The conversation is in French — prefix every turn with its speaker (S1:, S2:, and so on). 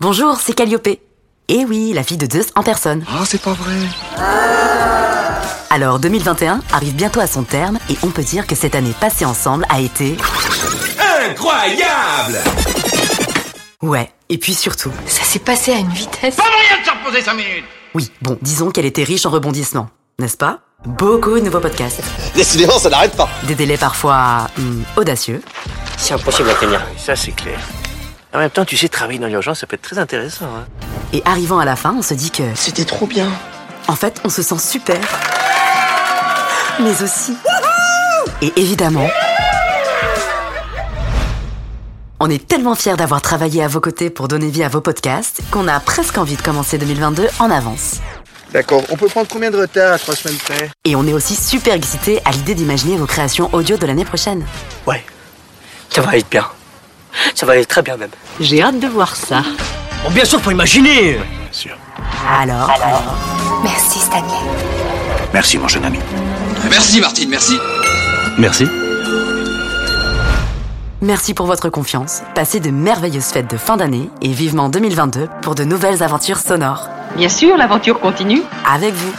S1: Bonjour, c'est Calliope. Eh oui, la fille de Zeus en personne.
S2: Ah, c'est pas vrai.
S1: Alors 2021 arrive bientôt à son terme et on peut dire que cette année passée ensemble a été...
S3: Incroyable
S1: Ouais, et puis surtout...
S4: Ça s'est passé à une vitesse.
S1: Oui, bon, disons qu'elle était riche en rebondissements, n'est-ce pas Beaucoup de nouveaux podcasts,
S2: Décidément, ça n'arrête pas.
S1: des délais parfois hum, audacieux,
S5: C'est impossible à tenir.
S6: Ça, c'est clair. En même temps, tu sais, travailler dans l'urgence, ça peut être très intéressant. hein.
S1: et arrivant à la fin, on se dit que...
S2: C'était trop bien.
S1: En fait, on se sent super, mais aussi... Et évidemment... On est tellement fiers d'avoir travaillé à vos côtés pour donner vie à vos podcasts qu'on a presque envie de commencer 2022 en avance.
S2: D'accord, on peut prendre combien de retard à trois semaines près
S1: Et on est aussi super excités à l'idée d'imaginer vos créations audio de l'année prochaine.
S5: Ouais. Ça va être bien. Ça va être très bien même.
S4: J'ai hâte de voir ça.
S5: Bon, bien sûr, faut imaginer.
S1: Alors,
S4: Merci Stanley.
S6: Merci, mon jeune ami.
S3: Merci Martine, merci
S6: Merci.
S1: merci pour votre confiance, passez de merveilleuses fêtes de fin d'année et vivement 2022 pour de nouvelles aventures sonores.
S7: Bien sûr, l'aventure continue.
S1: Avec vous